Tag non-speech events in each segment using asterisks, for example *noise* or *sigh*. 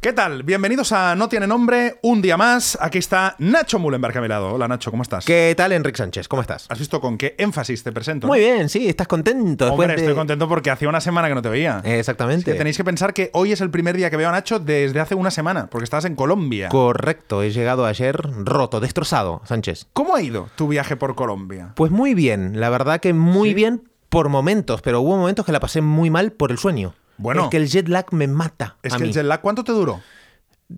¿Qué tal? Bienvenidos a No Tiene Nombre, un día más. Aquí está Nacho Mullenberg a mi lado. Hola Nacho, ¿cómo estás? ¿Qué tal, Enrique Sánchez? ¿Cómo estás? ¿Has visto con qué énfasis te presento? Muy bien, sí, estás contento. después Hombre, de- estoy contento porque hacía una semana que no te veía. Eh, Exactamente. Que tenéis que pensar que hoy es el primer día que veo a Nacho desde hace una semana, porque estabas en Colombia. Correcto, he llegado ayer roto, destrozado, Sánchez. ¿Cómo ha ido tu viaje por Colombia? Pues muy bien, la verdad que muy bien por momentos, pero hubo momentos que la pasé muy mal por el sueño. Bueno. Es que el jet lag me mata. Es a que mí. el jet lag, ¿cuánto te duró?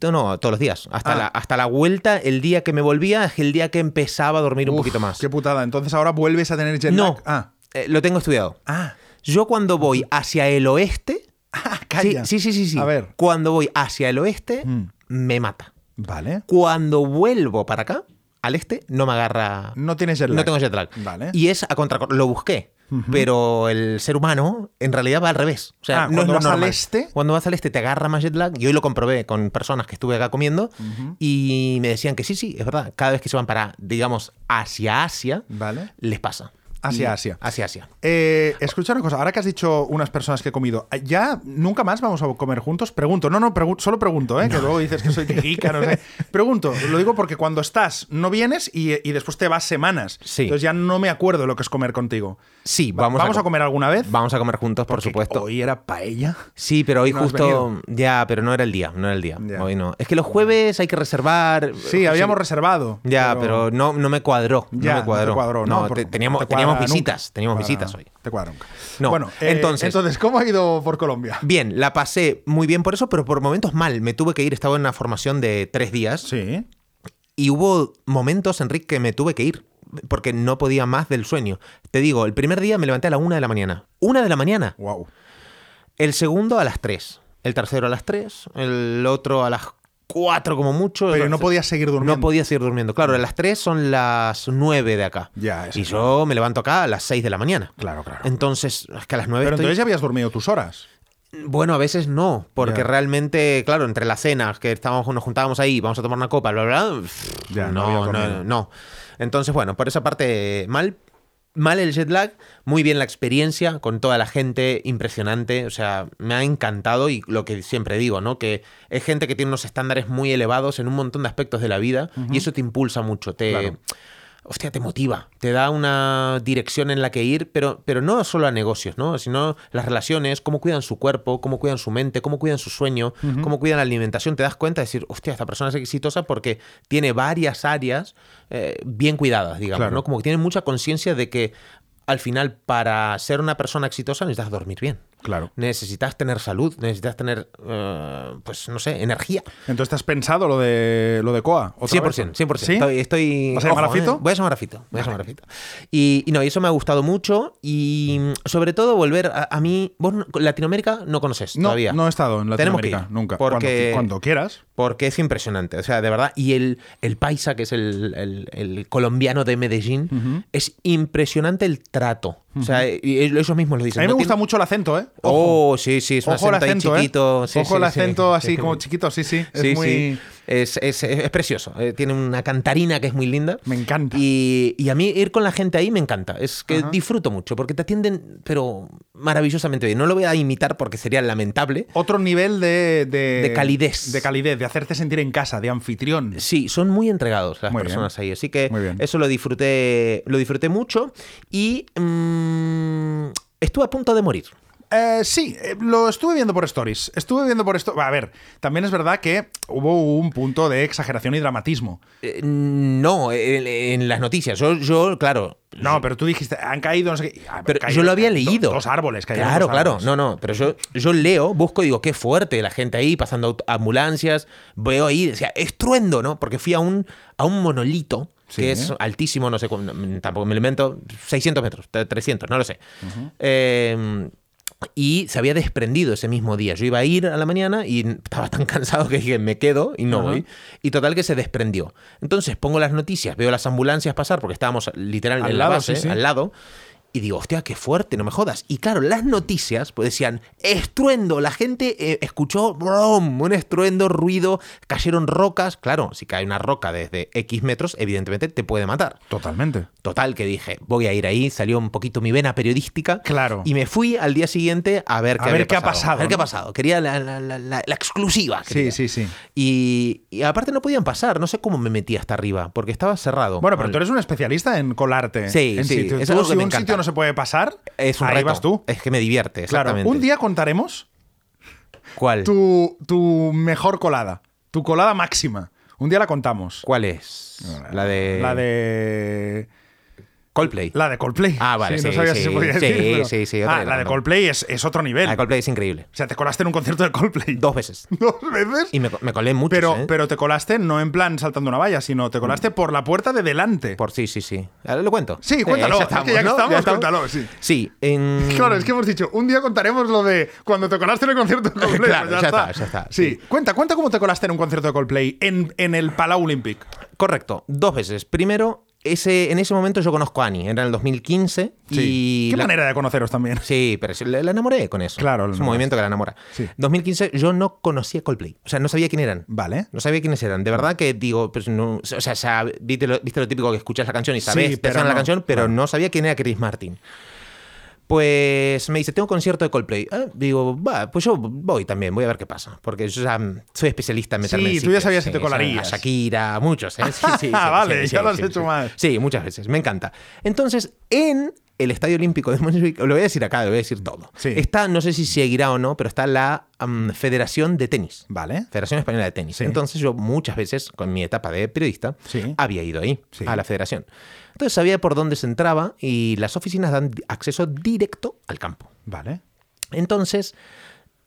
No, no, todos los días. Hasta, Ah. la, hasta la vuelta, el día que me volvía, es el día que empezaba a dormir un Uf, poquito más. Qué putada. Entonces ahora vuelves a tener jet No, lag. Ah, eh, lo tengo estudiado. ah, *laughs* Yo cuando voy hacia el oeste. ah, Sí, calla. sí, sí, sí, sí. A ver. Cuando voy hacia el oeste, Mm. me mata. Vale. Cuando vuelvo para acá, al este, no me agarra. No tienes jet lag. No tengo jet lag. Vale. Y es a contracorriente. Lo busqué. Pero el ser humano en realidad va al revés. O sea, Ah, no cuando es lo vas al normal. este- Cuando vas al este te agarra más jet lag. Y hoy lo comprobé con personas que estuve acá comiendo. Y me decían que sí, sí, es verdad. Cada vez que se van para, digamos, hacia Asia, Vale. les pasa. Mm. Hacia Y- Asia. Hacia Asia. Eh, escucha una cosa, ahora que has dicho unas personas que he comido, eh, ¿ya nunca más vamos a comer juntos? Pregunto, no, no, pregun- solo pregunto, ¿eh? que luego dices que soy tijica, no sé. *laughs* Pregunto, lo digo porque cuando estás no vienes y, y después te vas semanas. Sí. Entonces ya no me acuerdo lo que es comer contigo. Sí, Va- vamos, ¿Vamos a co- comer alguna vez? Vamos a comer juntos, por supuesto. Hoy era paella. Sí, pero hoy No has justo. Ya, pero no era el día, no era el día. Ya. Hoy no. Es que los jueves hay que reservar. Sí, habíamos reservado. Ya, pero, no, no me cuadró. Ya, no me cuadró. te cuadró, No, Por- te- teníamos, te cuadra teníamos nunca. visitas. Teníamos Cuadra- visitas hoy. Te cuadra nunca. No, bueno, eh, entonces, entonces- ¿cómo ha ido por Colombia? *laughs* Bien, la pasé muy bien por eso, pero por momentos mal. Me tuve que ir, estaba en una formación de tres días Sí. y hubo momentos, Enrique, que me tuve que ir porque no podía más del sueño. Te digo, el primer día me levanté a la una de la mañana. Una de la mañana. Wow. El segundo a las tres. El tercero a las tres. El otro a las cuatro como mucho. Pero el no tercero- podías seguir durmiendo. No podía seguir durmiendo. Claro, a las 3 son las 9 de acá. Ya, eso y sí. yo me levanto acá a las 6 de la mañana. Claro, claro. Entonces, es que a las 9 Pero estoy- entonces ya habías dormido tus horas. Bueno, a veces no, porque Ya. realmente, claro, entre las cenas que estábamos, nos juntábamos ahí, vamos a tomar una copa, bla, bla, bla, Ya, no no, había no, comido. no, Entonces, bueno, por esa parte, mal, mal el jet lag, muy bien la experiencia con toda la gente, impresionante, o sea, me ha encantado y lo que siempre digo, ¿no? Que es gente que tiene unos estándares muy elevados en un montón de aspectos de la vida y eso te impulsa mucho, te... Claro. Hostia, te motiva, te da una dirección en la que ir, pero, pero no solo a negocios, ¿no? Sino las relaciones, cómo cuidan su cuerpo, cómo cuidan su mente, cómo cuidan su sueño, cómo cuidan la alimentación. Te das cuenta de decir, hostia, esta persona es exitosa porque tiene varias áreas eh, bien cuidadas, digamos, Claro. ¿no? Como que tiene mucha conciencia de que al final, para ser una persona exitosa, necesitas dormir bien. Claro. Necesitas tener salud, necesitas tener, eh, pues no sé, energía. Entonces, ¿te has pensado lo de, lo de COA? otra 100%, vez? 100%. ¿Sí? Estoy, estoy- ¿Vas a llamar a ojo, eh, Fito? Voy a llamar a Fito. Voy a llamar a Fito. Y, y no, y eso me ha gustado mucho. Y mm, sobre todo volver a, a mí. Vos no- Latinoamérica no conoces No, todavía. no he estado en Tenemos que Latinoamérica ir, nunca. Porque, Cuando, cuando quieras. porque es impresionante. O sea, de verdad. Y el, el paisa, que es el, el- el colombiano de Medellín, es impresionante el trato. O sea, y- y ellos mismos lo dicen. A mí me no gusta tienen- mucho el acento, ¿eh? Ojo. Oh, sí, sí, es un Ojo al acento, ahí acento, ¿eh? chiquito. sí, Ojo sí, el sí. acento así como chiquito, sí, sí. Es Sí, muy... sí. Es, es- es precioso. Eh, tiene una cantarina que es muy linda. Me encanta. Y, y a mí ir con la gente ahí me encanta. Es que Ajá. disfruto mucho porque te atienden, pero maravillosamente bien. No lo voy a imitar porque sería lamentable. Otro nivel de, de... De calidez. De calidez, de hacerte sentir en casa, de anfitrión. Sí, son muy entregados las Muy personas ahí. Así que Muy bien. eso lo disfruté, lo disfruté mucho. Y mm, estuve a punto de morir. Eh, sí, eh, lo estuve viendo por stories. Estuve viendo por esto. A ver, también es verdad que hubo un punto de exageración y dramatismo. Eh, no, en, en las noticias. Yo, yo claro. No, pero tú dijiste, han caído, no sé qué. Ah, Pero yo cayeron- lo había do- leído. Dos árboles cayeron Claro, dos claro. árboles. No, no. Pero yo, yo leo, busco y digo, qué fuerte la gente ahí pasando aut- ambulancias. Veo ahí, decía, estruendo, ¿no? Porque fui a un, a un monolito Sí. que es altísimo, no sé, cu- mm, tampoco me lo invento, 600 metros, t- 300, no lo sé. Eh, y se había desprendido ese mismo día. Yo iba a ir a la mañana y estaba tan *laughs* cansado que dije, me quedo y no Ajá. voy. Y total que se desprendió. Entonces pongo las noticias, veo las ambulancias pasar porque estábamos literal Al en lado, la base, sí, sí. al lado. Y digo, hostia, qué fuerte, no me jodas. Y claro, las noticias pues decían, estruendo, la gente eh, escuchó brum, un estruendo, ruido, cayeron rocas. Claro, si cae una roca desde X metros, evidentemente te puede matar. Totalmente. Total, que dije, voy a ir ahí, salió un poquito mi vena periodística. Claro. Y me fui al día siguiente a ver qué, A ver había qué ha pasado, A ver qué ha ¿no? pasado. Quería la, la- la- la- la exclusiva. Sí, quería. sí, sí. Y, y aparte no podían pasar, no sé cómo me metí hasta arriba, porque estaba cerrado. Bueno, pero Con- tú eres un especialista en colarte. Sí, en sí, sitios. es Tú, algo que si me un encanta. sitio no se puede pasar, es un ahí reto. vas tú. Es que me divierte, Claro. exactamente. Un día contaremos ¿Cuál? tu, tu mejor colada, tu colada máxima. Un día la contamos. ¿Cuál es? La de, Ah, La de. Coldplay. La de Coldplay. Ah, vale, no sí, sabía sí, si se podía sí, decir. pero- sí, sí, otra Ah, vez, la de no. Coldplay es, es otro nivel. La de Ah, Coldplay es increíble. O sea, te colaste en un concierto de Coldplay Dos veces. *laughs* dos veces. Y me, me colé ¿eh? mucho. pero, pero te colaste no en plan saltando una valla, sino te colaste por la puerta de delante. Mm. Por sí, sí, sí. Ahora lo cuento. Sí, cuéntalo, ya es que ya que ¿no? estamos, cuéntalo, sí. Sí, en... *laughs* Claro, es que hemos dicho, un día contaremos lo de cuando te colaste en el concierto de Coldplay. Claro, pues ya está, ya está, Sí. sí. Cuenta, cuenta cómo te colaste en un concierto de Coldplay en, en el Palau Olympic. Correcto, dos veces. Primero, ese, en ese momento yo conozco a Ani, era en el 2015. Sí. Y Qué la- manera de conoceros también. Sí, pero sí, la, la enamoré con eso. Claro, la es un enamoras. movimiento que la enamora. Sí. 2015 yo no conocía Coldplay, o sea, no sabía quién eran. Vale. ¿eh? No sabía quiénes eran. De verdad que digo, pues no. O sea, sab- viste, lo, viste lo típico que escuchas la canción y sabes Sí, te pero suena no. la canción, pero Claro. no sabía quién era Chris Martin. Pues me dice, tengo concierto de Coldplay. Ah, digo, va, pues yo voy también, voy a ver qué pasa. Porque yo ya mm, soy especialista en meterme Sí, en tú ya sitios, sabías si te o sea, colarías. A Shakira, a muchos, ¿eh? *laughs* Sí, sí, sí, Ah, sí, vale, sí, ya sí, lo has sí, hecho sí. más. Sí, muchas veces, me encanta. Entonces, en el Estadio Olímpico de Múnich, lo voy a decir acá, lo voy a decir todo. Sí. Está, no sé si seguirá o no, pero está la mm, Federación de Tenis. Vale. Federación Española de Tenis. Sí. Entonces yo muchas veces, con mi etapa de periodista, Sí. había ido ahí, Sí. a la federación. Entonces sabía por dónde se entraba y las oficinas dan di- acceso directo al campo. Vale. Entonces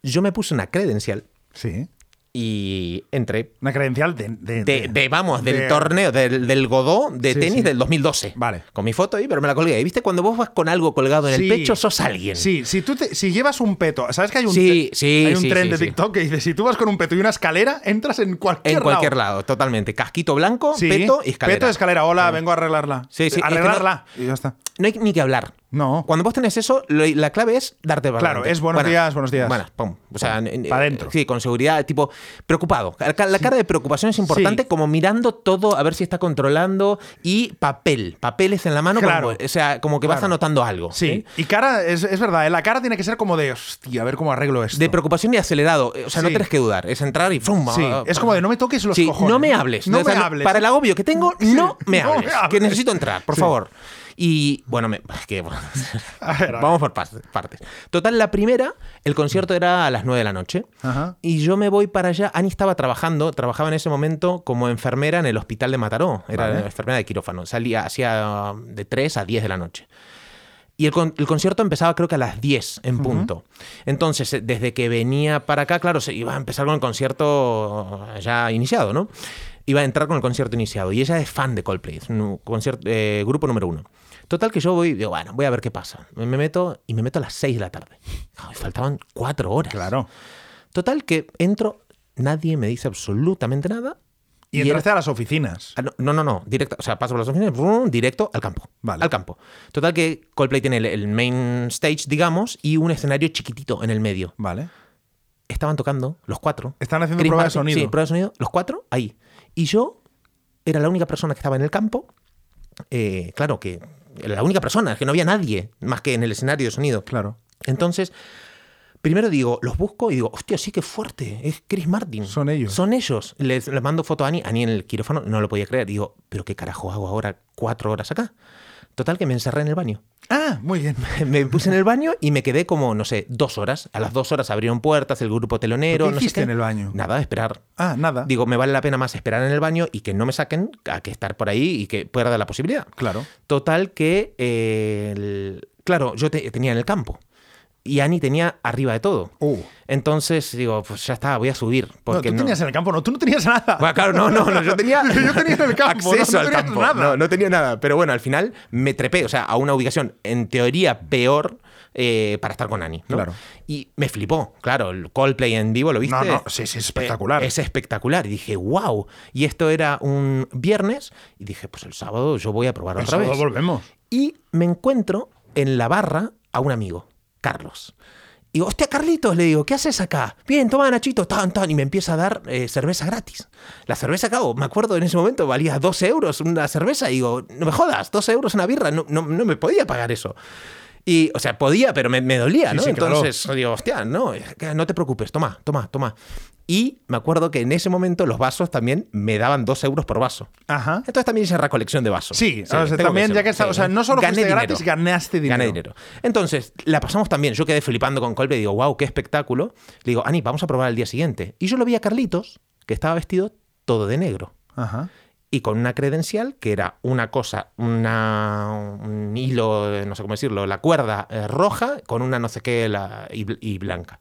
yo me puse una credencial Sí. y entré Una credencial de. de- de, de, vamos, del de- torneo, del, del Godó de Sí, tenis sí. del 2012. Vale. Con mi foto ahí, pero me la colgué. Y viste, cuando vos vas con algo colgado en Sí. el pecho, sos alguien. Sí, si tú te- si llevas un peto, ¿sabes que hay un, Sí, tre- sí, hay un sí, tren sí, de sí. TikTok que dice, si tú vas con un peto y una escalera, entras en cualquier En cualquier lado. lado. totalmente. Casquito blanco, Sí. peto y escalera. Peto, escalera, hola, vengo a arreglarla. Sí, sí, es que no- Arreglarla. Y ya está. No hay ni que hablar. No. Cuando vos tenés eso, lo- la clave es darte para Claro, adelante. es buenos días, buenos días. Buenas, pum. O sea, en- en- Pa' dentro. Sí, con seguridad, tipo, preocupado. La, ca- la cara de preocupación es importante, Sí. como mirando todo a ver si está controlando. Y papel, papeles en la mano. Claro. como- o sea, como que vas Claro. anotando algo. Sí, y cara, es, es verdad, ¿eh? la cara tiene que ser como de, hostia, a ver cómo arreglo esto. De preocupación y acelerado. eh, O sea, no Sí. tenés que dudar. Es entrar y ¡fum! Sí, Ah, es como de, no me toques los Sí, cojones. No me hables. No O sea, me no- hables. Para el agobio que tengo, no, *laughs* Sí, me, no me hables, hables. Que necesito entrar, por Sí. favor. Y bueno, me, es que, *laughs* A ver, a ver. vamos por pas- partes. Total, la primera, el concierto era a las 9 de la noche. Ajá. Y yo me voy para allá. Ani estaba trabajando, trabajaba en ese momento como enfermera en el hospital de Mataró. Era Vale. enfermera de quirófano. Salía, hacía um, de 3 a 10 de la noche. Y el, con- el concierto empezaba creo que a las 10 en punto. Entonces, eh, desde que venía para acá, claro, se iba a empezar con el concierto uh, ya iniciado, ¿no? Iba a entrar con el concierto iniciado. Y ella es fan de Coldplay, es un concierto, eh, grupo número uno. Total que yo voy, digo, bueno, voy a ver qué pasa. Me, me meto y me meto a las 6 de la tarde. Ay, faltaban 4 horas. Claro. Total que entro, nadie me dice absolutamente nada. Y era- entraste a las oficinas. Ah, no, no, no, no, directo, o sea, paso por las oficinas, brum, directo al campo. Vale. Al campo. Total que Coldplay tiene el, el main stage, digamos, y un escenario chiquitito en el medio. Vale. Estaban tocando los cuatro. Están haciendo Chris prueba de Martin, sonido. Sí, prueba de sonido, los cuatro ahí. Y yo era la única persona que estaba en el campo. eh, claro que era la única persona, que no había nadie más que en el escenario de sonido. Claro. Entonces, primero digo, los busco y digo, hostia, sí que fuerte, es Chris Martin. Son ellos. Son ellos. Les, les mando foto a Ani, Ani en el quirófano no lo podía creer. Digo, pero qué carajo hago ahora cuatro horas acá. Total que me encerré en el baño. Ah, muy *laughs* bien. Me puse en el baño y me quedé como, no sé, dos horas. A las dos horas abrieron puertas, el grupo ¿Pero telonero. qué no sé hiciste qué. en el baño? Nada, esperar. Ah, nada. Digo, me vale la pena más esperar en el baño y que no me saquen a que estar por ahí y que pueda dar la posibilidad. Claro. Total que, eh, el- claro, yo te- tenía en el campo y Ani tenía arriba de todo. Uh. Entonces digo, pues ya está, voy a subir. Porque no, tú no- tenías en el campo, no, tú no tenías nada. *laughs* Bueno, claro, no, no, no, yo tenía, *laughs* Yo tenía en el campo, no, acceso no al tenías campo. nada. No, no tenía nada. Pero bueno, al final me trepé, o sea, a una ubicación en teoría peor eh, para estar con Ani. ¿no? Claro. Y me flipó, claro, el Coldplay en vivo, ¿lo viste? No, no, sí, sí, es espectacular. Eh, es espectacular. Y dije, wow. Y esto era un viernes. Y dije, pues el sábado yo voy a probar El otra vez. sábado volvemos. Y me encuentro en la barra a un amigo, Carlos. Y digo, hostia, Carlitos, le digo, ¿qué haces acá? Bien, toma, Nachito, tan, tan. Y me empieza a dar eh, cerveza gratis. La cerveza, claro, me acuerdo en ese momento, valía 12 euros una cerveza. Y digo, no me jodas, 12 euros una birra, no, no, no me podía pagar eso. Y, o sea, podía, pero me, me dolía, Sí, ¿no? sí, claro. Entonces digo, hostia, no, no te preocupes, toma, toma, toma. Y me acuerdo que en ese momento los vasos también me daban 2 euros por vaso. Ajá. Entonces también hice recolección de vasos. Sí, o sea, tengo también, ya decirlo. que está- Sí, o sea, no solo gané fuiste dinero. gratis, ganaste dinero. Gané dinero. Entonces, la pasamos también. Yo quedé flipando con Colby y digo, wow, qué espectáculo. Le digo, Ani, vamos a probar el día siguiente. Y yo lo vi a Carlitos, que estaba vestido todo de negro. Ajá. Y con una credencial que era una cosa, una, un hilo, eh, no sé cómo decirlo, la cuerda eh, roja con una no sé qué la- y, bl- y blanca.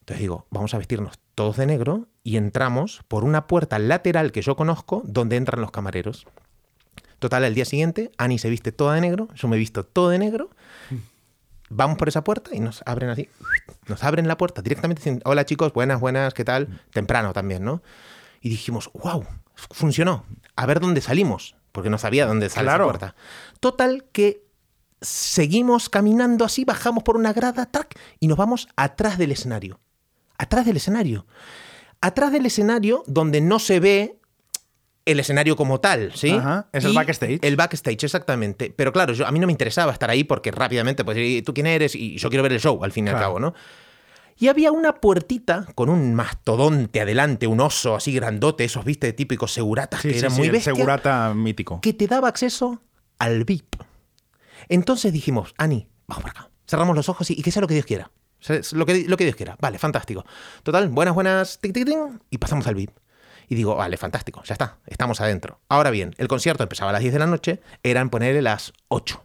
Entonces digo, vamos a vestirnos todos de negro y entramos por una puerta lateral que yo conozco donde entran los camareros. Total, al día siguiente, Ani se viste toda de negro, yo me he visto todo de negro. Vamos por esa puerta y nos abren así. Nos abren la puerta directamente diciendo, hola chicos, buenas, buenas, ¿qué tal? Temprano también, ¿no? Y dijimos, wow, funcionó. A ver dónde salimos, porque no sabía dónde sale Claro. esa puerta. Total que seguimos caminando así, bajamos por una grada, tac, y nos vamos atrás del escenario. Atrás del escenario. Atrás del escenario donde no se ve el escenario como tal, ¿sí? Ajá, es el backstage. El backstage, exactamente. Pero claro, yo, a mí no me interesaba estar ahí porque rápidamente, pues, "¿Y ¿tú quién eres? Y yo quiero ver el show, al fin y al Claro. cabo, ¿no? Y había una puertita con un mastodonte adelante, un oso así grandote, esos, viste, típicos seguratas Sí, que sí, eran sí, muy el bestias segurata mítico. que te daba acceso al VIP. Entonces dijimos, Ani, vamos para acá. Cerramos los ojos y, y que sea lo que Dios quiera. O sea, es Lo que, lo que Dios quiera. Vale, fantástico. Total, buenas, buenas, tic, tic, tic, y pasamos al VIP. Y digo, vale, fantástico, ya está, estamos adentro. Ahora bien, el concierto empezaba a las 10 de la noche, eran ponerle las 8.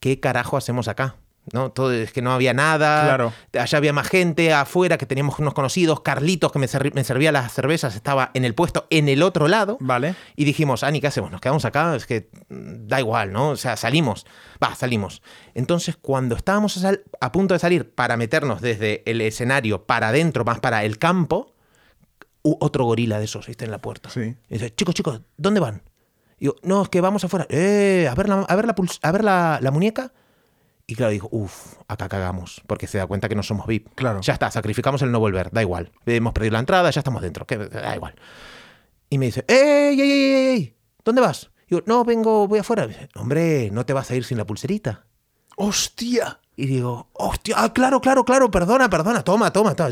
¿Qué carajo hacemos acá? ¿No? Todo, es que no había nada. Claro. Allá había más gente afuera que teníamos unos conocidos. Carlitos, que me, servi- me servía las cervezas, estaba en el puesto en el otro lado. Vale. Y dijimos, Ani, ¿qué hacemos? ¿Nos quedamos acá? Es que mm, da igual, ¿no? O sea, salimos. Va, salimos. Entonces, cuando estábamos a, sal- a punto de salir para meternos desde el escenario para adentro, más para el campo, u- otro gorila de esos, ¿viste? En la puerta. Sí. Y dice, chicos, chicos, ¿dónde van? Y yo, no, es que vamos afuera. Eh, a ver la, a ver la, puls- a ver la, la muñeca. Y claro, dijo, uff, acá cagamos, porque se da cuenta que no somos VIP. Claro. Ya está, sacrificamos el no volver, da igual. Hemos perdido la entrada, ya estamos dentro, que, da igual. Y me dice, ¡Ey, ey, ey, ey! ey! ¿Dónde vas? Y yo, no, vengo, voy afuera. Me dice, hombre, no te vas a ir sin la pulserita. ¡Hostia! Y digo, hostia, ah, claro, claro, claro, perdona, perdona, toma, toma, toma.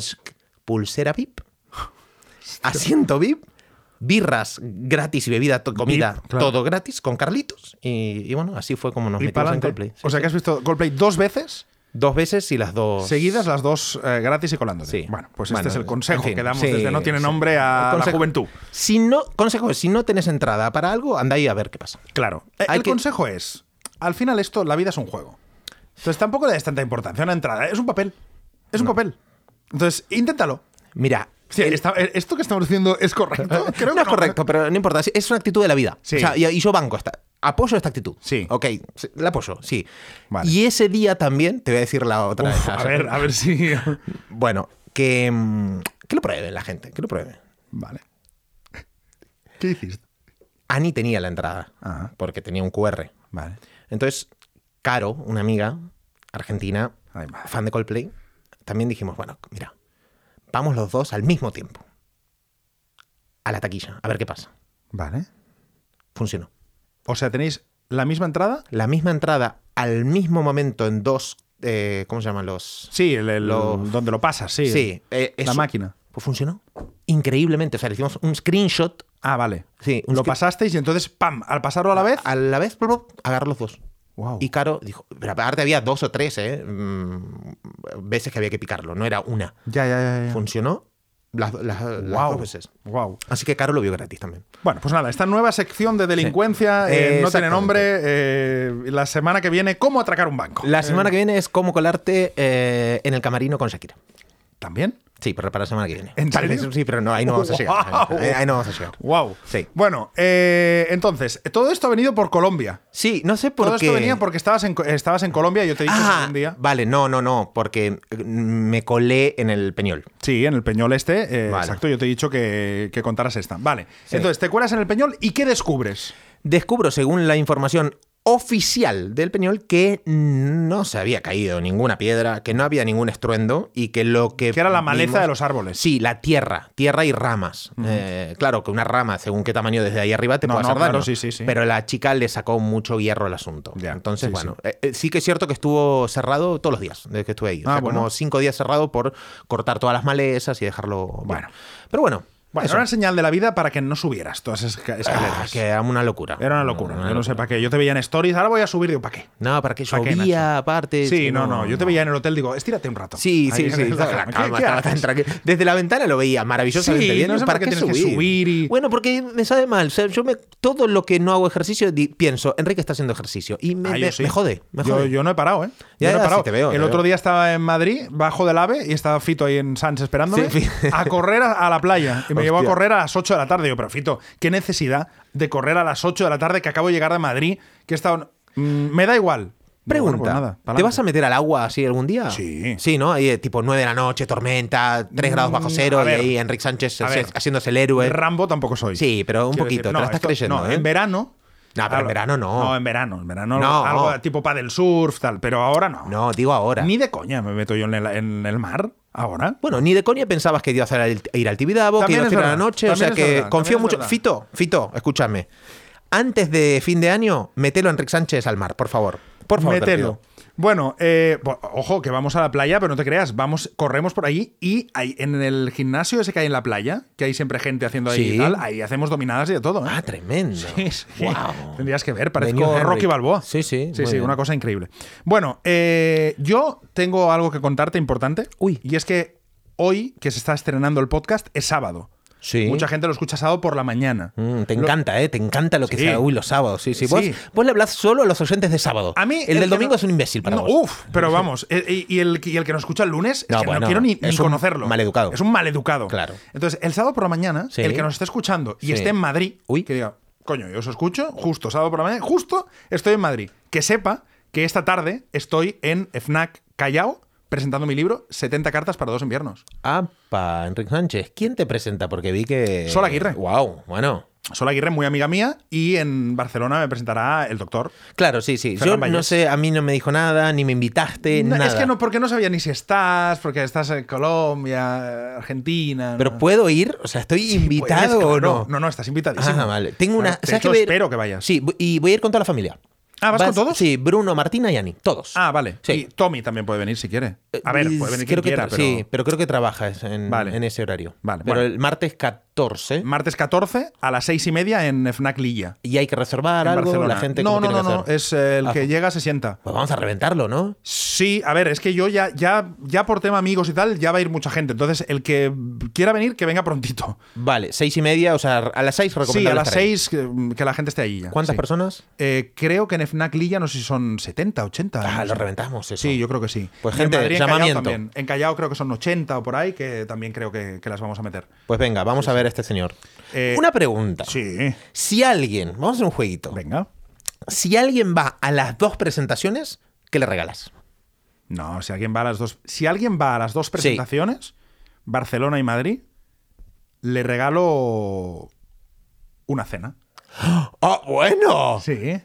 Pulsera VIP, asiento VIP, birras gratis y bebida, to- comida, VIP, claro. todo gratis con Carlitos. Y, y bueno, así fue como nos Y para metimos en adelante. Coldplay. Sí, o sea sí. que has visto Coldplay dos veces Dos veces y las dos... seguidas, las dos eh, gratis y colándote. Sí. Bueno, pues Bueno, este es el consejo en fin, que damos sí, desde No Tiene sí. Nombre a la Consejo. juventud. Si no, consejo, es, si no tenés entrada para algo, andá ahí a ver qué pasa. Claro. Eh, Hay el que- consejo es, al final esto, la vida es un juego. Entonces tampoco le des tanta importancia a una entrada. Es un papel. Es un papel. Entonces, inténtalo. Mira, Hostia, está- eh, ¿Esto que estamos diciendo es *laughs* correcto? Creo no, que es correcto, pero no importa. Es una actitud de la vida. Sí. O sea, y, y yo banco esta. Apoyo esta actitud. Sí. Ok, sí, la apoyo, sí. Vale. Y ese día también, te voy a decir la otra Uf, vez. a ver, a ver si... Bueno, que, mm, que lo prueben la gente, que lo prueben. *laughs* vale. ¿Qué hiciste? Ani tenía la entrada, Ajá. porque tenía un QR. Vale. Entonces, Caro, una amiga argentina, Ay, madre. fan de Coldplay, también dijimos, bueno, mira, vamos los dos al mismo tiempo. A la taquilla, a ver qué pasa. Vale. Funcionó. O sea, tenéis la misma entrada. la misma entrada al mismo momento en dos. eh, ¿Cómo se llaman los.? Sí, el, Lo- donde Mm, lo pasas, sí. eh, La eso- máquina. Pues funcionó. Increíblemente. O sea, le hicimos un screenshot. Ah, vale. Sí, un Lo screen- pasasteis y entonces, ¡pam! Al pasarlo a la vez. A la vez, plop, plop, agarró los dos. Wow. Y Caro dijo. Pero aparte había dos o tres, ¿eh? mm, veces que había que picarlo. No era una. Ya, ya, ya. ya. Funcionó las, las- las Guau, dos veces. guau. Así que Caro lo vio gratis también. Bueno, pues nada, esta nueva sección de delincuencia Sí. eh, no tiene Exactamente. nombre. eh, la semana que viene, ¿cómo atracar un banco? La semana que viene es cómo colarte eh, en el camarino con Shakira. ¿También? Sí, pero para la semana que viene. ¿En serio? Sí, pero no, ahí no vamos a llegar. Guau. Ahí- ahí no vamos a llegar. ¡Wow! Sí. Bueno, eh, entonces, todo esto ha venido por Colombia. Sí, no sé por Todo qué. esto venía porque estabas en, estabas en Colombia y yo te dije Ah, un día. Vale, no, no, no, porque eh, me colé en el peñol. Sí, en el Peñol este. eh, Vale. Exacto, yo te he dicho que, que contaras esta. Vale. Entonces, te cuelas en el Peñol y ¿qué descubres? Descubro, según la información oficial del Peñol que no se había caído ninguna piedra, que no había ningún estruendo y que lo que... Que era la maleza vimos- de los árboles. Sí, la tierra, tierra y ramas. Eh, claro que una rama, según qué tamaño desde ahí arriba, te No, puede no, hacer claro, daño. sí, sí, sí. Pero la chica le sacó mucho hierro al asunto. Ya, Entonces, sí, bueno, eh, eh, sí que es cierto que estuvo cerrado todos los días desde que estuve ahí. O Ah, sea, bueno. como cinco días cerrado por cortar todas las malezas y dejarlo. Bueno. Pero bueno. Bueno, eso. era una señal de la vida para que no subieras todas esas esca- escaleras. Ah, que era una locura. Era una locura. Una yo no sé para qué. Yo te veía en stories, ahora voy a subir, digo, ¿para qué? No, para que ¿Para qué, llovía aparte. Sí, que no, no, Yo te veía en el hotel, digo, estírate un rato. Sí, Ahí sí, en sí. la estaba en la cama. cama, ¿Qué- qué estaba haces? tan tranquilo. Desde la ventana lo veía maravillosamente Sí, bien. no sé ¿Para por qué qué tienes que subir? subir y- Bueno, porque me sabe mal. O sea, yo me, todo lo que no hago ejercicio di- pienso, Enrique está haciendo ejercicio. Y me, Ah, me- yo sí. me jode. Me Yo- jode. Yo, no he parado, ¿eh? Ya, yo no he ya, sí, parado. te veo, te el veo. otro día estaba en Madrid, bajo del AVE, y estaba Fito ahí en Sanz esperándome Sí, Fi- a correr a, a la playa. Y me llevó a Hostia. correr a las 8 de la tarde. Yo, pero Fito, ¿qué necesidad de correr a las 8 de la tarde que acabo de llegar de Madrid? Que he estado... Mm, me da igual. Digo, Pregunta, bueno, pues nada, ¿te pa'lante. vas a meter al agua así algún día? Sí. Mm, Sí, ¿no? Ahí, eh, tipo 9 de la noche, tormenta, 3 grados a bajo cero, y ver. ahí Enrique Sánchez A haci- ver. haciéndose el héroe. Rambo tampoco soy. Sí, pero un Quiero poquito, decir, te la estás esto- creyendo. no, ¿eh? en verano. No, pero en verano no. No, en verano, en verano. No. Algo de tipo para del surf, tal, pero ahora no. No, digo ahora. Ni de coña me meto yo en el, en el mar ahora. Bueno, ni de coña pensabas que ibas a ir al- ir al Tibidabo, que También es ibas a ir a la verdad, noche. O también sea es que verdad, también confío es mucho. verdad. Fito, Fito, escúchame. Antes de fin de año, metelo a Enrique Sánchez al mar, por favor. Por favor. te lo Mételo. pido. Bueno, eh, bo- ojo, que vamos a la playa, pero no te creas, vamos, corremos por ahí y ahí, en el gimnasio ese que hay en la playa, que hay siempre gente haciendo ahí Sí. y tal, ahí hacemos dominadas y de todo. ¿eh? Ah, tremendo. Sí, *laughs* sí. Wow. Tendrías que ver, The New parezco Henry. Rocky Balboa. Sí, sí, Sí, muy sí, bien. una cosa increíble. Bueno, eh, yo tengo algo que contarte importante. Uy. Y es que hoy, que se está estrenando el podcast, es sábado. Sí. Mucha gente lo escucha sábado por la mañana. Mm, te Lo- encanta, ¿eh? Te encanta lo que Sí. sea. Uy, los sábados. Sí, sí. Vos, Sí. vos le hablas solo a los oyentes de sábado. A mí. El, que del domingo no- es un imbécil para no, vos. Uf, pero vamos. eh, Y, y el, que- y el que nos escucha el lunes, es No, que no bueno, quiero ni, ni es un conocerlo. maleducado. Es un maleducado. Claro. Entonces, el sábado por la mañana, Sí. el que nos esté escuchando y Sí. esté en Madrid, Uy. que diga, coño, yo os escucho, justo sábado por la mañana, justo estoy en Madrid. Que sepa que esta tarde estoy en FNAC Callao presentando mi libro 70 cartas para dos inviernos. Apa, Enrique Sánchez. ¿Quién te presenta? Porque vi que. Sol Aguirre. Wow, bueno. Sol Aguirre, muy amiga mía, y en Barcelona me presentará el doctor. Claro, sí, sí. Ferran Yo no Vallés. sé, a mí no me dijo nada, ni me invitaste, No, Eh, nada. Es que no, porque no sabía ni si estás, porque estás en Colombia, Argentina. Pero no. puedo ir, o sea, estoy invitado Puedes, claro. o no. Pues, No, no, estás invitadísimo. Ah, vale. Tengo una. Claro, de ¿sabes hecho, qué voy a ir? espero que vayas. Sí, voy- y voy a ir con toda la familia. Ah, ¿vas con todos? Sí, Bruno, Martina y Ani, todos. Ah, vale. Y Sí. Tommy también puede venir si quiere. A ver, Eh, puede venir creo quien quiera, que pero... tra- Sí, pero creo que trabajas en, Vale. en ese horario. Vale, Pero bueno. el martes 14 Martes 14 a las 6 y media en FNAC Lilla. y hay que reservar En algo, Barcelona. la gente no, ¿cómo no, tiene no, que no. hacer? Es eh, el Ah, que llega se sienta. Pues vamos a reventarlo, ¿no? Sí, a ver, es que yo ya, ya, ya por tema amigos y tal, ya va a ir mucha gente. Entonces, el que quiera venir, que venga prontito. Vale, seis y media, o sea, a las seis Sí, recomendable a las estar ahí. 6 que, que la gente esté ahí ya. ¿Cuántas Sí. personas? Eh, creo que en FNAC Lilla no sé si son 70, 80. Ah, no lo sé. reventamos eso. Sí, yo creo que sí. Pues, Y en gente, Madrid, en Callao llamamiento. también. En Callao creo que son 80 o por ahí, que también creo que, que las vamos a meter. Pues venga, vamos a ver a este señor. Eh, Una pregunta. Sí. Si alguien, vamos a hacer un jueguito. Venga. Si alguien va a las dos presentaciones, ¿qué le regalas? No, si alguien va a las dos. Si alguien va a las dos presentaciones, Barcelona y Madrid, le regalo una cena. ¡Oh, bueno! Sí.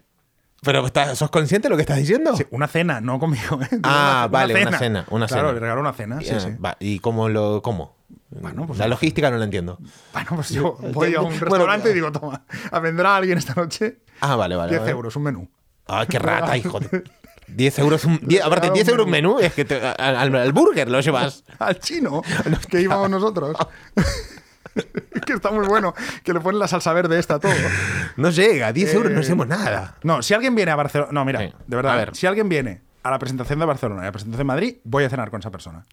¿Pero estás- sos consciente de lo que estás diciendo? Sí, una cena, no conmigo. ¿eh? Digo, Ah, una- vale, una cena, una claro, cena. le regalo una cena, sí, Ah, sí. va, ¿Y cómo lo.? ¿Cómo? Bueno, pues- la logística no la entiendo. Bueno, pues yo voy *laughs* a un restaurante y digo, toma, vendrá alguien esta noche. Ah, vale, eh. vale. 10 vale. euros, un menú. ¡Ah, qué rata, *laughs* hijo de. 10 euros un. die- aparte, regalo 10 un euros un menú, es que te- a- a- al, al burger lo llevas. Al *laughs* chino, que íbamos nosotros. *laughs* que está muy bueno, que le ponen la salsa verde esta a todo. No llega, 10 euros no Eh, hacemos nada. No, si alguien viene a Barcelona. No, mira, Sí. de verdad. A ver. Si alguien viene a la presentación de Barcelona y a la presentación de Madrid, voy a cenar con esa persona.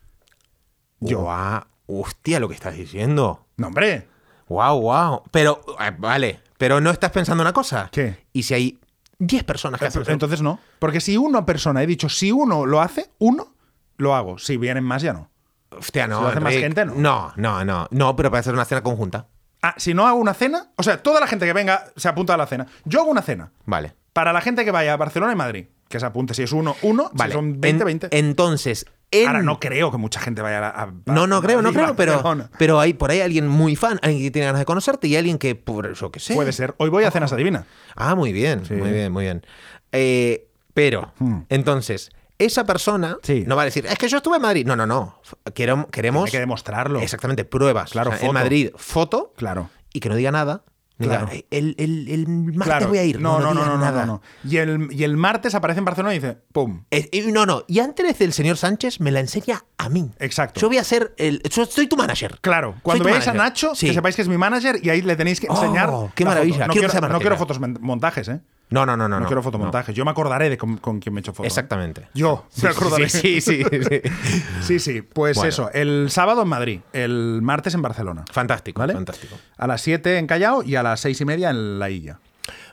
Yo. Guau, ah, hostia, lo que estás diciendo. No, hombre. Wow, wow. Pero, eh, vale, pero no estás pensando una cosa. ¿Qué? ¿Y si hay 10 personas que hacen eso? Entonces no. Porque si una persona, he dicho, si uno lo hace, uno lo hago. Si vienen más, ya no. Hostia, no. Si lo hace más Enric. gente, no. No, no, no. No, pero para hacer una cena conjunta. Ah, si no hago una cena, o sea, toda la gente que venga se apunta a la cena. Yo hago una cena Vale. para la gente que vaya a Barcelona y Madrid. Que se apunte. Si es uno, uno. Vale. Si son En- 20, 20. entonces, en... Ahora no creo que mucha gente vaya a. a- No, no creo, no Madrid, creo, pero, Barcelona. pero hay por ahí alguien muy fan, alguien que tiene ganas de conocerte y alguien que, por yo qué sé. Puede ser. Hoy voy a cenas adivina. Ah, muy bien, muy bien, muy bien. Eh, pero, Hmm. entonces, esa persona Sí. no va a decir, es que yo estuve en Madrid. No, no, no. Quiero- Hay queremos que demostrarlo. exactamente pruebas. Claro, O sea, foto. En Madrid, foto Claro. y que no diga nada. No diga, Claro. "Eh, el, el, el martes claro. voy a ir. No, no, no, diga no, no, nada. no, no. Y el, y el martes aparece en Barcelona y dice, ¡pum! Eh, eh, no, no. Y antes del señor Sánchez me la enseña a mí. Exacto. Yo voy a ser el. Yo soy tu manager. Claro, cuando tu veáis a manager. Nacho, Sí. que sepáis que es mi manager y ahí le tenéis que Oh, enseñar. qué la foto. maravilla. No Quiero que quiero, no sea Martina. quiero fotos men- montajes, ¿eh? No, no, no, no. No, quiero fotomontajes. Yo me acordaré de con, con quién me he hecho fotos. Exactamente. Yo me acordaré. Sí, sí, sí, sí. *laughs* Sí, sí, pues Bueno. eso. El sábado en Madrid, el martes en Barcelona. Fantástico, ¿Vale? fantástico. A las 7 en Callao y a las 6 y media en La Illa.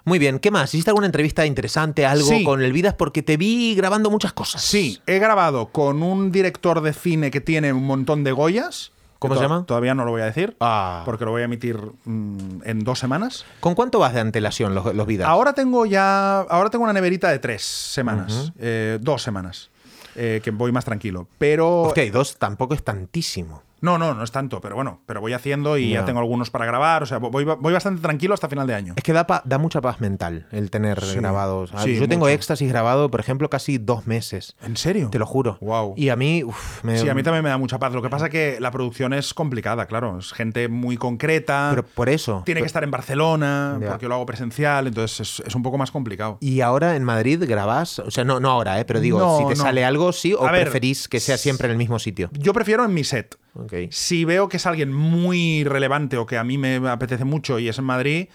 Muy bien, ¿qué más? ¿Hiciste alguna entrevista interesante, algo Sí. con el Vidas? Porque te vi grabando muchas cosas. Sí, he grabado con un director de cine que tiene un montón de Goyas. ¿Cómo que se to- llama? Todavía no lo voy a decir, Ah. porque lo voy a emitir mm, en dos semanas. ¿Con cuánto vas de antelación los, los Vidas? Ahora tengo ya. Ahora tengo una neverita de tres semanas. eh, dos semanas. eh, que voy más tranquilo. Pero. Hostia, y dos tampoco es tantísimo. No, no, no es tanto, pero bueno, pero voy haciendo y Ya. ya tengo algunos para grabar. O sea, voy, voy bastante tranquilo hasta final de año. Es que da, pa- da mucha paz mental el tener grabados. Ah, sí, Yo tengo mucho. éxtasis grabado, por ejemplo, casi dos meses. ¿En serio? Eh, Te lo juro. Guau. Y a mí, uf, me- Sí, a mí también me da mucha paz. Lo que pasa que la producción es complicada, claro. Es gente muy concreta. Pero por eso. tiene que estar en Barcelona, Ya. porque yo lo hago presencial, entonces es, es un poco más complicado. Y ahora en Madrid grabás, o sea, no, no ahora, ¿eh? pero digo, No, si te no. sale algo, sí, o A ver, preferís que sea siempre en el mismo sitio. Yo prefiero en mi set. Ok. Si veo que es alguien muy relevante o que a mí me apetece mucho y es en Madrid,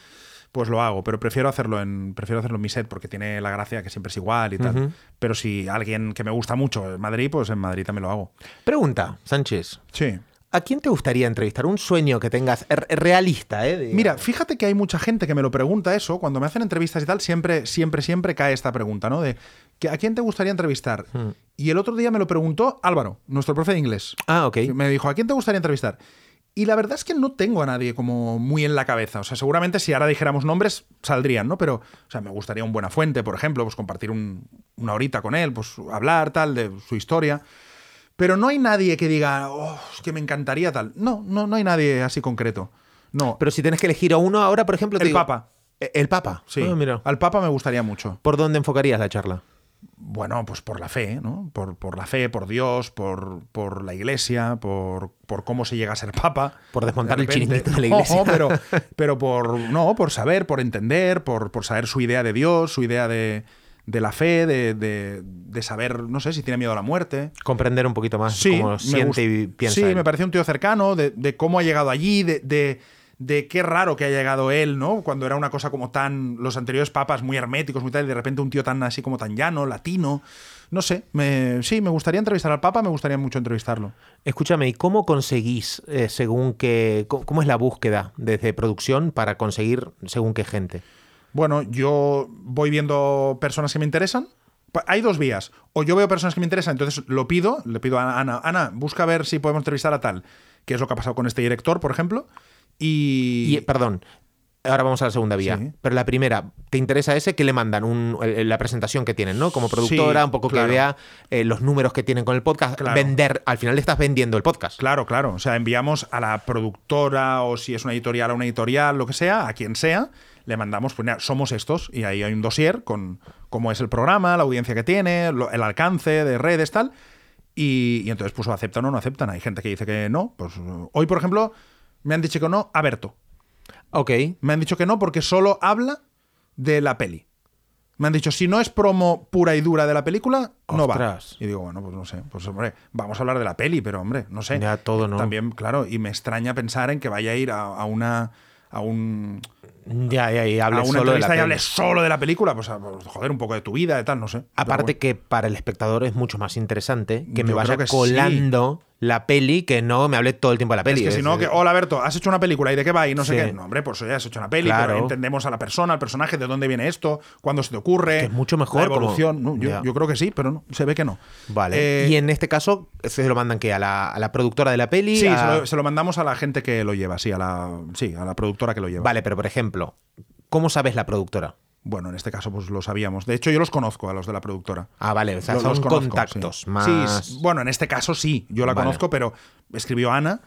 pues lo hago, pero prefiero hacerlo en prefiero hacerlo en mi set porque tiene la gracia que siempre es igual y tal. Pero si alguien que me gusta mucho en Madrid, pues en Madrid también lo hago. Pregunta, Sánchez. Sí. ¿A quién te gustaría entrevistar? Un sueño que tengas er- realista, ¿eh? De- Mira, fíjate que hay mucha gente que me lo pregunta eso. Cuando me hacen entrevistas y tal, siempre, siempre, siempre cae esta pregunta, ¿no? De que, ¿a quién te gustaría entrevistar? Y el otro día me lo preguntó Álvaro, nuestro profe de inglés. Ah, ok. Y Me dijo, ¿a quién te gustaría entrevistar? Y la verdad es que no tengo a nadie como muy en la cabeza. O sea, seguramente si ahora dijéramos nombres saldrían, ¿no? Pero, o sea, me gustaría un Buenafuente, por ejemplo, pues compartir un- una horita con él, pues hablar tal de su historia. Pero no hay nadie que diga, oh, es que me encantaría tal. No, no, no hay nadie así concreto. No. Pero si tienes que elegir a uno ahora, por ejemplo, te El digo- Papa. Eh, El Papa. Sí, Ah, mira. al Papa me gustaría mucho. ¿Por dónde enfocarías la charla? Bueno, pues por la fe, ¿no? Por, por la fe, por Dios, por, por la iglesia, por, por cómo se llega a ser papa. Por desmontar De el repente. chiringuito de la iglesia. No, *laughs* pero, pero por, no, por saber, por entender, por, por saber su idea de Dios, su idea de, de la fe, de, de- de saber, no sé, si tiene miedo a la muerte. Comprender un poquito más cómo siente gust- y piensa. Sí, él. me parece un tío cercano, de, de cómo ha llegado allí, de, de- de qué raro que ha llegado él, ¿no? Cuando era una cosa como tan. Los anteriores papas muy herméticos, muy tal, y de repente un tío tan así como tan llano, latino. No sé, me- sí, me gustaría entrevistar al papa, me gustaría mucho entrevistarlo. Escúchame, ¿y cómo conseguís, eh, según qué, cómo, cómo es la búsqueda desde producción para conseguir según qué gente? Bueno, yo voy viendo personas que me interesan. Pa- Hay dos vías. O yo veo personas que me interesan, entonces lo pido, le pido a Ana, Ana, busca a ver si podemos entrevistar a tal, que es lo que ha pasado con este director, por ejemplo. Y, Y, perdón, ahora vamos a la segunda vía. Sí. Pero la primera, ¿te interesa ese que le mandan un- el- el- la presentación que tienen, ¿no? Como productora, Sí, un poco claro. que vea eh, los números que tienen con el podcast. Claro. Vender, al final le estás vendiendo el podcast. Claro, claro. O sea, enviamos a la productora o si es una editorial a una editorial, lo que sea, a quien sea, le mandamos, pues mira, somos estos. Y ahí hay un dossier con cómo es el programa, la audiencia que tiene, lo- el alcance de redes, tal. Y, y entonces, pues o aceptan o no aceptan. Hay gente que dice que no. Pues hoy, por ejemplo, me han dicho que no a Berto. Ok. Me han dicho que no porque solo habla de la peli. Me han dicho, si no es promo pura y dura de la película, no va. Ostras. Y digo, bueno, pues no sé. Pues hombre, vamos a hablar de la peli, pero hombre, no sé. Ya, todo no. También, claro, y me extraña pensar en que vaya a ir a, a una. A, un, Ya, ya, y a hables una solo de entrevista la y peli. hable solo de la película, pues, a- pues, joder, un poco de tu vida y tal, no sé. Pero Aparte bueno. que para el espectador es mucho más interesante que me Yo vaya creo que sí. colando la peli que no me hable todo el tiempo de la peli. es que si no, que, hola, Berto, has hecho una película, ¿y de qué va? Y no sé Sí. qué. No, hombre, pues ya has hecho una peli, Claro. pero entendemos a la persona, al personaje, de dónde viene esto, cuándo se te ocurre. Es que es mucho mejor La evolución. como- No, yo, Ya. yo creo que sí, pero no, se ve que no. Vale. Eh, y en este caso, se lo mandan que a la, a la productora de la peli. Sí, a- se, lo, se lo mandamos a la gente que lo lleva, sí, a la, sí, a la productora que lo lleva. Vale, pero por ejemplo, ¿cómo sabes la productora? Bueno, en este caso, pues lo sabíamos. De hecho, yo los conozco a los de la productora. Ah, vale, o sea, Lo- son los conozco, contactos sí. más. Sí, s- bueno, en este caso sí, yo la Vale. conozco, pero escribió Ana.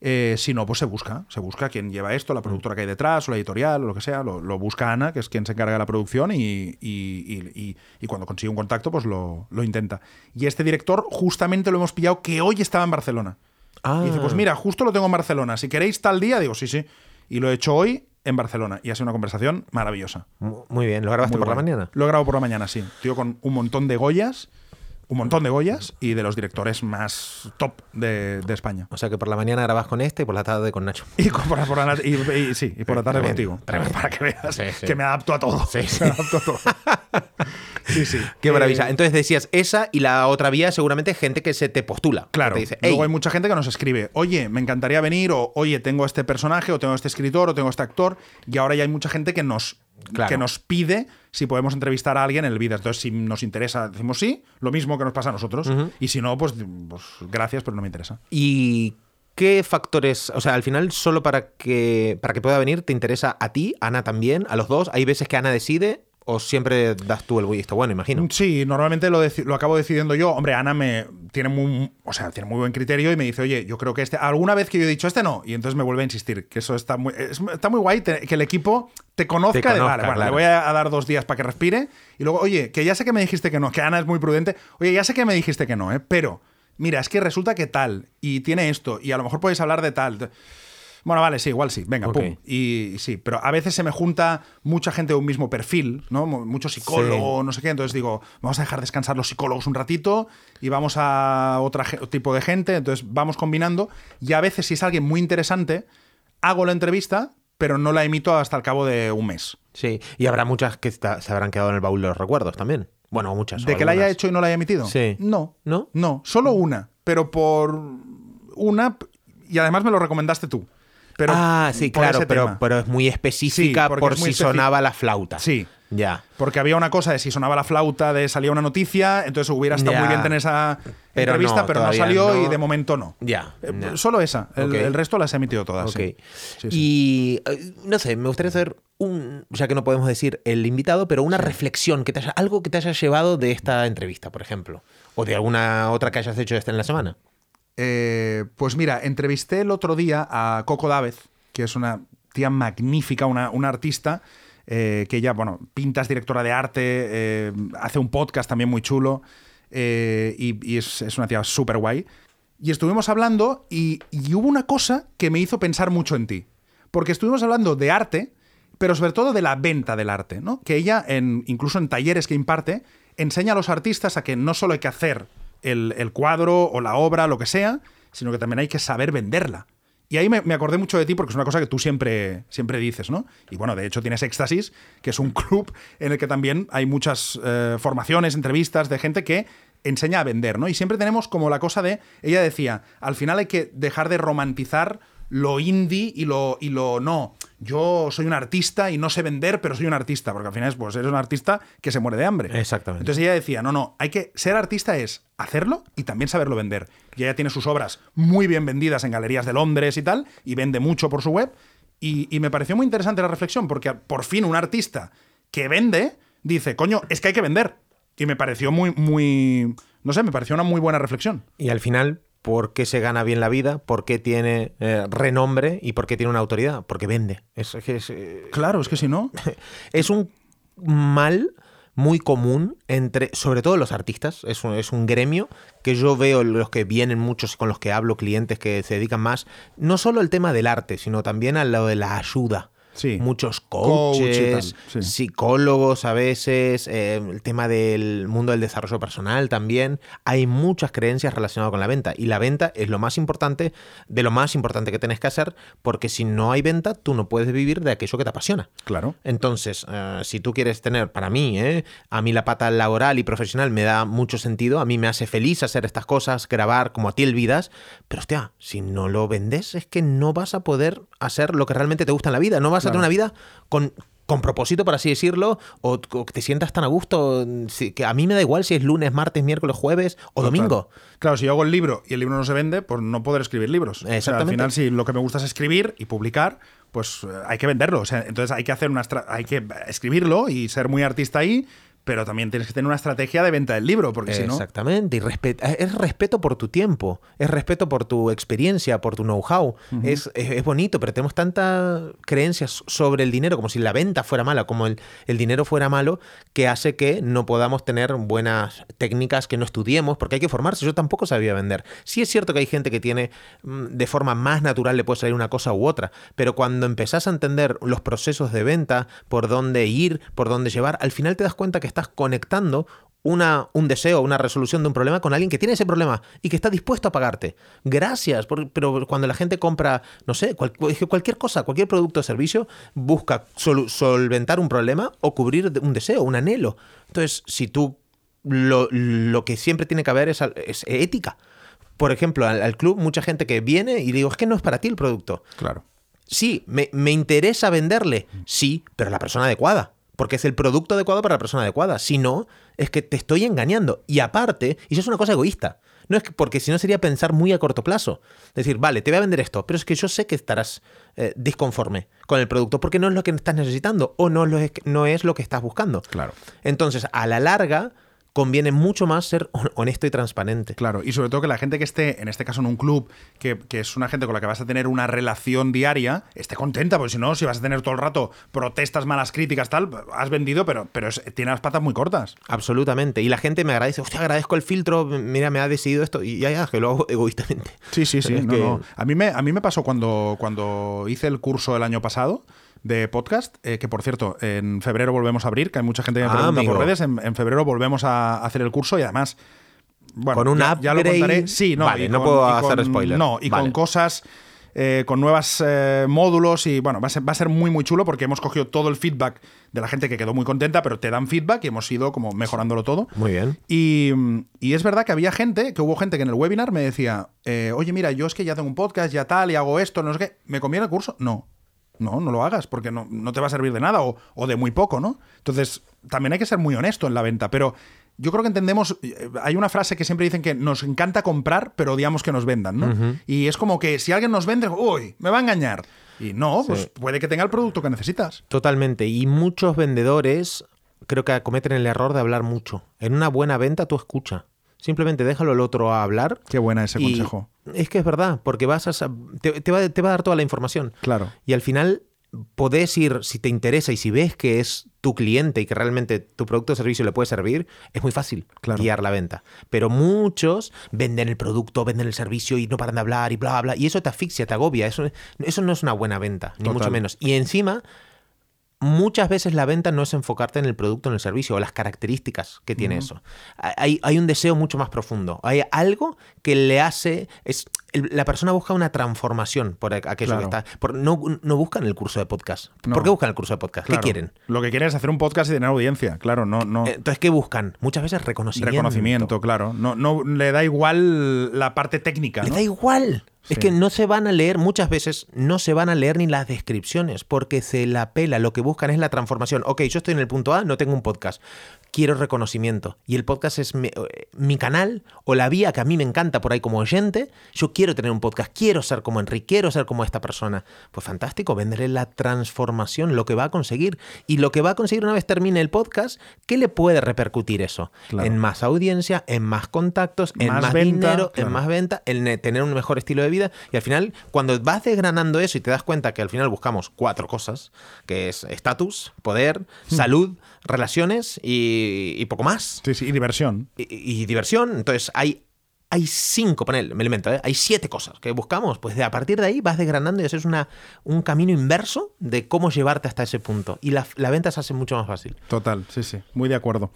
Eh, si no, pues se busca. Se busca quién lleva esto, Mm. la productora que hay detrás, o la editorial, o lo que sea. Lo, lo busca Ana, que es quien se encarga de la producción, y, y- y- y- y cuando consigue un contacto, pues lo, lo intenta. Y este director, justamente lo hemos pillado que hoy estaba en Barcelona. Ah. Y dice, pues mira, justo lo tengo en Barcelona. Si queréis tal día, digo, sí, sí. Y lo he hecho hoy en Barcelona. Y ha sido una conversación maravillosa. Mu- Muy bien, ¿lo grabaste Muy por la guay. mañana? Lo grabo por la mañana, sí. Tío con un montón de Goyas, un montón de Goyas y de los directores más top de, de España. O sea que por la mañana grabas con este y por la tarde con Nacho. Y con- por, la- por la, nat- y- y- sí, y por la tarde Tremendo, contigo. Para que veas Sí, sí. que me adapto a todo. Sí, *laughs* sí. Me adapto a todo. sí, sí. Qué Eh, maravilla. Entonces decías esa y la otra vía seguramente gente que se te postula. Claro. Que te dice, Luego "Ey, hay mucha gente que nos escribe, oye, me encantaría venir, o oye, tengo este personaje, o tengo este escritor, o tengo este actor, y ahora ya hay mucha gente que nos, Claro. que nos pide si podemos entrevistar a alguien en el vídeo. Entonces, si nos interesa, decimos sí, lo mismo que nos pasa a nosotros, y si no, pues, pues, gracias, pero no me interesa. ¿Y qué factores? O sea, al final, solo para que, para que pueda venir, ¿te interesa a ti, Ana también, a los dos? ¿Hay veces que Ana decide o siempre das tú el visto bueno, imagino? Mm, Sí, normalmente lo, deci- lo acabo decidiendo yo. Hombre, Ana me tiene muy, o sea, tiene muy buen criterio y me dice, oye, yo creo que este, alguna vez que yo he dicho este no, y entonces me vuelve a insistir, que eso está muy, es- está muy guay, te- que el equipo te conozca, de, Te conozca, vale, bueno, claro. le voy a, a dar dos días para que respire, y luego, oye, que ya sé que me dijiste que no, que Ana es muy prudente, oye, ya sé que me dijiste que no, ¿eh? pero, mira, es que resulta que tal, y tiene esto, y a lo mejor podéis hablar de tal. Bueno, vale, sí, igual sí. Venga, Ok. pum. Y y sí, pero a veces se me junta mucha gente de un mismo perfil, ¿no? Mu- Mucho psicólogo, no sé qué. Entonces digo, vamos a dejar descansar los psicólogos un ratito y vamos a otro tipo de gente. Entonces vamos combinando. Y a veces, si es alguien muy interesante, hago la entrevista, pero no la emito hasta el cabo de un mes. Sí. Y habrá muchas que está- se habrán quedado en el baúl de los recuerdos también. Bueno, muchas. o ¿De que la haya algunas. hecho y no la haya emitido? Sí. No. ¿No? No, solo una. Pero por una. Y además me lo recomendaste tú. Pero ah, sí, por claro, ese pero, tema. pero es muy específica Sí, porque por es si muy especi- sonaba la flauta. Sí. Ya. Porque había una cosa de si sonaba la flauta, de salía una noticia, entonces hubiera estado Ya. muy bien tener esa Pero entrevista, no, pero no todavía salió no. y de momento no. Ya. Eh, ya. Solo esa. El, Ok. el resto las he emitido todas. Ok. sí. Sí, sí. Y eh, no sé, me gustaría saber un, ya que no podemos decir el invitado, pero una reflexión que te haya, algo que te haya llevado de esta entrevista, por ejemplo, o de alguna otra que hayas hecho esta en la semana. Eh, pues mira, entrevisté el otro día a Coco Dávez, que es una tía magnífica, una, una artista, eh, que ella, bueno, pinta, es directora de arte, eh, hace un podcast también muy chulo, eh, y, y es, es una tía súper guay. Y estuvimos hablando y, y hubo una cosa que me hizo pensar mucho en ti, porque estuvimos hablando de arte, pero sobre todo de la venta del arte, ¿no? Que ella, en, incluso en talleres que imparte, enseña a los artistas a que no solo hay que hacer el, el cuadro o la obra, lo que sea, sino que también hay que saber venderla. Y ahí me, me acordé mucho de ti porque es una cosa que tú siempre, siempre dices, ¿no? Y bueno, de hecho tienes Éxtasis, que es un *laughs* club en el que también hay muchas eh, formaciones, entrevistas de gente que enseña a vender, ¿no? Y siempre tenemos como la cosa de, ella decía, al final hay que dejar de romantizar lo indie y lo, y lo no. Yo soy un artista y no sé vender, pero soy un artista, porque al final es, pues, eres un artista que se muere de hambre. Exactamente. Entonces ella decía, no, no, hay que ser artista es hacerlo y también saberlo vender. Y ella tiene sus obras muy bien vendidas en galerías de Londres y tal, y vende mucho por su web. Y, y me pareció muy interesante la reflexión, porque por fin un artista que vende dice, coño, es que hay que vender. Y me pareció muy, muy, no sé, me pareció una muy buena reflexión. Y al final, ¿por qué se gana bien la vida? ¿Por qué tiene eh, renombre y por qué tiene una autoridad? Porque vende. Es, es, que es, eh, Claro, es que si no... es un mal muy común entre, sobre todo los artistas, es un, es un gremio que yo veo los que vienen muchos con los que hablo, clientes que se dedican más, no solo al tema del arte, sino también a lo de la ayuda. Sí. Muchos Coach y tal, coaches, sí. psicólogos a veces, eh, el tema del mundo del desarrollo personal también. Hay muchas creencias relacionadas con la venta y la venta es lo más importante, de lo más importante que tenés que hacer, porque si no hay venta, tú no puedes vivir de aquello que te apasiona. *laughs* Claro. Entonces, eh, si tú quieres tener, para mí, ¿eh? a mí la pata laboral y profesional me da mucho sentido, a mí me hace feliz hacer estas cosas, grabar como a ti olvidas, pero hostia, si no lo vendes es que no vas a poder hacer lo que realmente te gusta en la vida, no vas a tener una vida con, con propósito, por así decirlo, o, o que te sientas tan a gusto, si- que a mí me da igual si es lunes, martes, miércoles, jueves o domingo. Claro. Claro, si yo hago el libro y el libro no se vende, pues no podré escribir libros. O sea, Exactamente. al final, si lo que me gusta es escribir y publicar, pues eh, hay que venderlo. O sea, entonces hay que hacer una estra- hay que escribirlo y ser muy artista ahí, pero también tienes que tener una estrategia de venta del libro, porque si no... Exactamente, y respe- es respeto por tu tiempo, es respeto por tu experiencia, por tu know-how. es, es- es bonito, pero tenemos tantas creencias sobre el dinero, como si la venta fuera mala, como el, el dinero fuera malo, que hace que no podamos tener buenas técnicas, que no estudiemos, porque hay que formarse. Yo tampoco sabía vender. Sí es cierto que hay gente que tiene, mm, de forma más natural le puede salir una cosa u otra, pero cuando empezás a entender los procesos de venta, por dónde ir, por dónde llevar, al final te das cuenta que estás conectando una, un deseo, una resolución de un problema con alguien que tiene ese problema y que está dispuesto a pagarte. Gracias, por- pero cuando la gente compra, no sé, cual- cualquier cosa, cualquier producto o servicio, busca solu- solventar un problema o cubrir de- un deseo, un anhelo. Entonces, si tú lo, lo que siempre tiene que haber es, al- es ética. Por ejemplo, al, al club, mucha gente que viene y digo, es que no es para ti el producto. Claro. Sí, me, me interesa venderle. Sí, pero a la persona adecuada. Porque es el producto adecuado para la persona adecuada. Si no, es que te estoy engañando. Y aparte, y eso es una cosa egoísta. No es que, porque si no sería pensar muy a corto plazo. Decir, vale, te voy a vender esto, pero es que yo sé que estarás eh, disconforme con el producto porque no es lo que estás necesitando o no, es lo que- no es lo que estás buscando. Claro. Entonces, a la larga, conviene mucho más ser hon- honesto y transparente. Claro, y sobre todo que la gente que esté, en este caso en un club, que, que es una gente con la que vas a tener una relación diaria, esté contenta, porque si no, si vas a tener todo el rato protestas, malas críticas, tal, has vendido, pero, pero es- tiene las patas muy cortas. Absolutamente. Y la gente me agradece, hostia, agradezco el filtro, mira, me ha decidido esto. Y ya, ya, que lo hago *laughs* egoístamente. Sí, sí, sí. Es no, que- no. A, mí me, a mí me pasó cuando, cuando hice el curso el año pasado de podcast, eh, que por cierto, en febrero volvemos a abrir, que hay mucha gente que me Ah, pregunta amigo. por redes, en, en febrero volvemos a hacer el curso y además... Bueno, Con un ya, ya lo upgrade. contaré. Sí, no, Vale, y no con- puedo y con- hacer spoiler. No, y Vale. con cosas, eh, con nuevas eh, módulos y bueno, va a, ser, va a ser muy, muy chulo porque hemos cogido todo el feedback de la gente que quedó muy contenta, pero te dan feedback y hemos ido como mejorándolo todo. Muy bien. Y, y es verdad que había gente, que hubo gente que en el webinar me decía, eh, oye, mira, yo es que ya tengo un podcast, ya tal, y hago esto, no sé qué, ¿me conviene el curso? No, no, no lo hagas, porque no, no te va a servir de nada o, o de muy poco, ¿no? Entonces, también hay que ser muy honesto en la venta, pero yo creo que entendemos, eh, hay una frase que siempre dicen que nos encanta comprar, pero odiamos que nos vendan, ¿no? Y es como que si alguien nos vende, uy, me va a engañar. Y no, pues puede que tenga el producto que necesitas. Totalmente. Y muchos vendedores creo que cometen el error de hablar mucho. En una buena venta tú escucha. Simplemente déjalo al otro a hablar. Qué buena ese Y consejo. Es que es verdad, porque vas a, sab- te, te va, te va a dar toda la información. Claro. Y al final podés ir, si te interesa y si ves que es tu cliente y que realmente tu producto o servicio le puede servir, es muy fácil Claro. guiar la venta. Pero muchos venden el producto, venden el servicio y no paran de hablar y bla, bla. Y eso te asfixia, te agobia. Eso, eso no es una buena venta, ni Total. mucho menos. Y encima, muchas veces la venta no es enfocarte en el producto, en el servicio o las características que tiene eso. Hay, hay un deseo mucho más profundo. Hay algo que le hace... Es, el- la persona busca una transformación por aqu- aquello Claro. que está... Ah, por- no, no buscan el curso de podcast. No. ¿Por qué buscan el curso de podcast? Claro. ¿Qué quieren? Eh, Lo que quieren es hacer un podcast y tener audiencia, claro, no, no. Entonces, ¿qué buscan? Muchas veces reconocimiento. reconocimiento, claro. No, no le da igual la parte técnica. Le ¿no? da igual. Sí. Es que no se van a leer, muchas veces no se van a leer ni las descripciones, porque se la pela. Lo que buscan es la transformación. Ok, yo estoy en el punto A, no tengo un podcast. Quiero reconocimiento. Y el podcast es mi, eh, mi canal o la vía que a mí me encanta por ahí como oyente. Yo quiero tener un podcast, quiero ser como Enrique, quiero ser como esta persona. Pues fantástico, venderle la transformación, lo que va a conseguir. Y lo que va a conseguir una vez termine el podcast, ¿qué le puede repercutir eso? Claro. En más audiencia, en más contactos, en Más más, venta, dinero, claro. en más venta, el ne- tener un mejor estilo de vida. Y al final, cuando vas desgranando eso y te das cuenta que al final buscamos cuatro cosas, que es estatus, poder, salud, relaciones y, y poco más. Sí, sí, y diversión. Y, y diversión. Entonces hay, hay cinco, ponele, me elemento, hay siete cosas que buscamos. Pues de- a partir de ahí vas desgranando y haces una, un camino inverso de cómo llevarte hasta ese punto. Y la, la venta se hace mucho más fácil. Total, sí, sí, muy de acuerdo.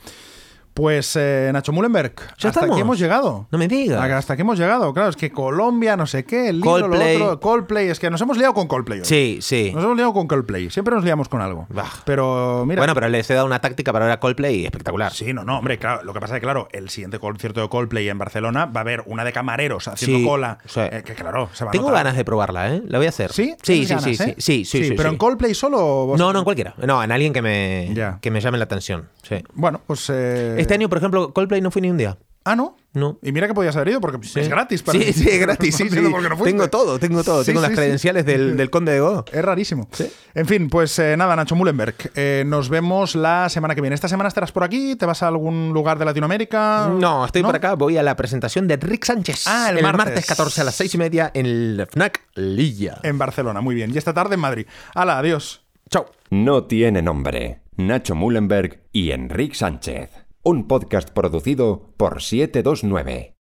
Pues eh, Nacho Mullenberg, hasta estamos. aquí hemos llegado. No me digas. Hasta aquí hemos llegado, claro, es que Colombia, no sé qué, el libro, lo Coldplay. otro, Coldplay, es que nos hemos liado con Coldplay. hoy. Sí, sí. Nos hemos liado con Coldplay, siempre nos liamos con algo. Bah. Pero mira, Bueno, pero les he dado una táctica para ver a Coldplay espectacular. Sí, no, no, hombre, claro. Lo que pasa es que, claro, el siguiente concierto de Coldplay en Barcelona va a haber una de camareros haciendo Sí, cola. sí. eh, que claro, se va a Tengo notar. ganas de probarla, ¿eh? La voy a hacer. ¿Sí? Sí, Tienes sí, ganas, sí, ¿eh? sí, sí, sí, sí, Pero sí. en Coldplay solo. o vos- No, no en cualquiera. No, en alguien que me, Ya. que me llame la atención. sí. Bueno, pues. eh, Este año, por ejemplo, Coldplay no fui ni un día. Ah, no. No. Y mira que podías haber ido porque es gratis. Para Sí, ti. sí, *laughs* es gratis. sí, No entiendo sí. por qué no fuiste. tengo todo, tengo todo. Sí, tengo sí, las sí. credenciales del, del Conde de Go. Es rarísimo. En fin, pues eh, nada, Nacho Mullenberg. eh, nos vemos la semana que viene. ¿Esta semana estarás por aquí? ¿Te vas a algún lugar de Latinoamérica? No, estoy por acá. Voy a la presentación de Rick Sánchez. Ah, el martes. 14 a las 6 y media en el FNAC Lilla. En Barcelona, muy bien. Y esta tarde en Madrid. Hala, adiós. Chao. No tiene nombre. Nacho Mullenberg y Enrique Sánchez. Un podcast producido por 729.